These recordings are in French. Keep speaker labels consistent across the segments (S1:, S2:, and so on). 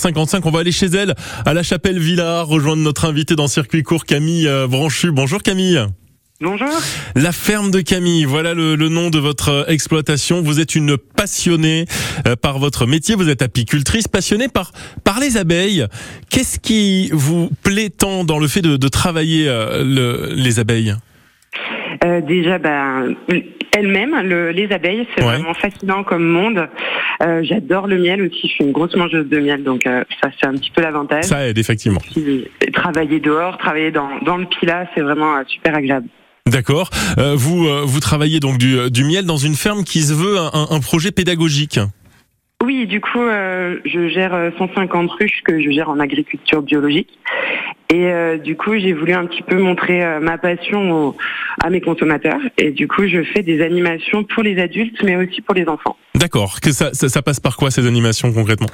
S1: 8h55. On va aller chez elle, à la Chapelle Villard, rejoindre notre invitée dans Circuit Court, Camille euh, Branchu. Bonjour Camille.
S2: Bonjour.
S1: La ferme de Camille, voilà le, le nom de votre euh, exploitation. Vous êtes une passionnée euh, par votre métier, vous êtes apicultrice, passionnée par, par les abeilles. Qu'est-ce qui vous plaît tant dans le fait de, de travailler euh, le- les abeilles
S2: Euh, déjà, ben, elle-même, le- les abeilles, c'est
S1: Ouais.
S2: vraiment fascinant comme monde. Euh, J'adore le miel aussi. Je suis une grosse mangeuse de miel, donc euh, ça, c'est un petit peu l'avantage.
S1: Ça aide, effectivement.
S2: Puis, Travailler dehors, travailler dans, dans le pila, c'est vraiment euh, super agréable.
S1: D'accord. Euh, vous, euh, vous travaillez donc du, du miel dans une ferme qui se veut un, un projet pédagogique.
S2: Oui, du coup, euh, je gère euh, 150 ruches que je gère en agriculture biologique. Et euh, du coup, j'ai voulu un petit peu montrer euh, ma passion au- à mes consommateurs. Et du coup, je fais des animations pour les adultes, mais aussi pour les enfants.
S1: D'accord. Que ça, ça, ça passe par quoi ces animations concrètement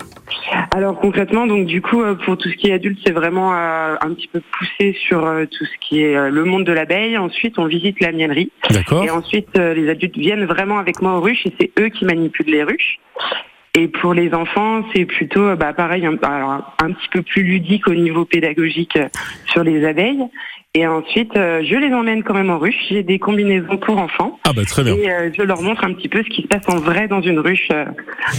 S2: Alors concrètement, donc du coup, euh, pour tout ce qui est adulte, c'est vraiment euh, un petit peu poussé sur euh, tout ce qui est euh, le monde de l'abeille. Ensuite, on visite la mielerie.
S1: D'accord.
S2: Et ensuite, euh, les adultes viennent vraiment avec moi aux ruches et c'est eux qui manipulent les ruches. Et pour les enfants, c'est plutôt euh, bah, pareil, un, alors, un petit peu plus ludique au niveau pédagogique euh, sur les abeilles. Et ensuite, euh, je les emmène quand même en ruche. J'ai des combinaisons pour enfants
S1: Ah bah très bien.
S2: et euh, je leur montre un petit peu ce qui se passe en vrai dans une ruche euh,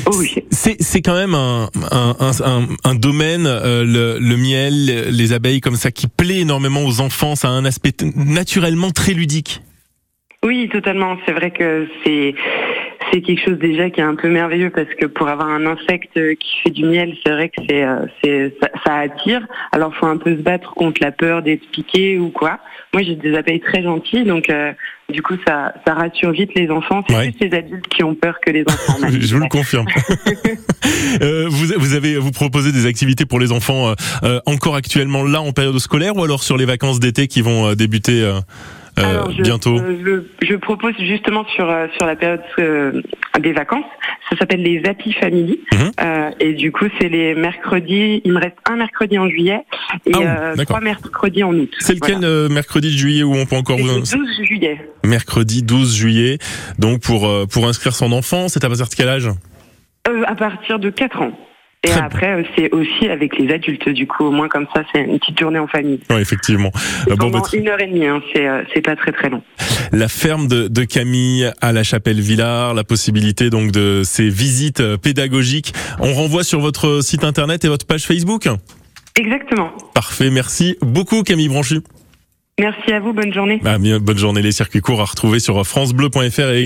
S2: au rucher.
S1: C'est c'est quand même un, un, un- un- un domaine, euh, le, le miel, les abeilles comme ça, qui plaît énormément aux enfants. Ça a un aspect t- naturellement très ludique.
S2: Oui, totalement. C'est vrai que c'est c'est quelque chose déjà qui est un peu merveilleux parce que pour avoir un insecte qui fait du miel, c'est vrai que c'est euh, c'est ça, ça attire. Alors faut un peu se battre contre la peur d'être piqué ou quoi. Moi j'ai des abeilles très gentilles donc euh, du coup ça ça rassure vite les enfants. C'est
S1: Ouais.
S2: plus les adultes qui ont peur que les enfants. même.
S1: Je vous le confirme. Euh, vous, vous avez vous proposez des activités pour les enfants euh, euh, encore actuellement là en période scolaire ou alors sur les vacances d'été qui vont euh, débuter euh, euh,
S2: Alors, je,
S1: bientôt.
S2: euh, je, je propose justement sur, euh, sur la période euh, des vacances, ça s'appelle les Happy Family.
S1: Mhm.
S2: Euh, et du coup, c'est les mercredis, il me reste un mercredi en juillet et
S1: Ah oui,
S2: euh,
S1: d'accord.
S2: trois mercredis en août.
S1: C'est lequel euh, mercredi de juillet où on peut encore
S2: Voilà.
S1: vous...
S2: C'est le 12 juillet.
S1: mercredi 12 juillet donc pour euh, pour inscrire son enfant c'est à partir de quel âge
S2: Euh, à partir de 4 ans. Et
S1: Très
S2: après, euh, c'est aussi avec les adultes, du coup, au moins comme ça, c'est une petite journée en famille.
S1: ouais effectivement Euh, bon
S2: Pendant
S1: bah,
S2: une heure et demie, hein, c'est euh, c'est pas très très long.
S1: la ferme de, de Camille à la Chapelle Villard la possibilité donc de ces visites euh, pédagogiques on renvoie sur votre site internet et votre page Facebook
S2: Exactement.
S1: parfait merci beaucoup Camille Bah, Branchu
S2: Merci à vous, bonne journée.
S1: Ah, bien, bonne journée les circuits courts à retrouver sur francebleu.fr et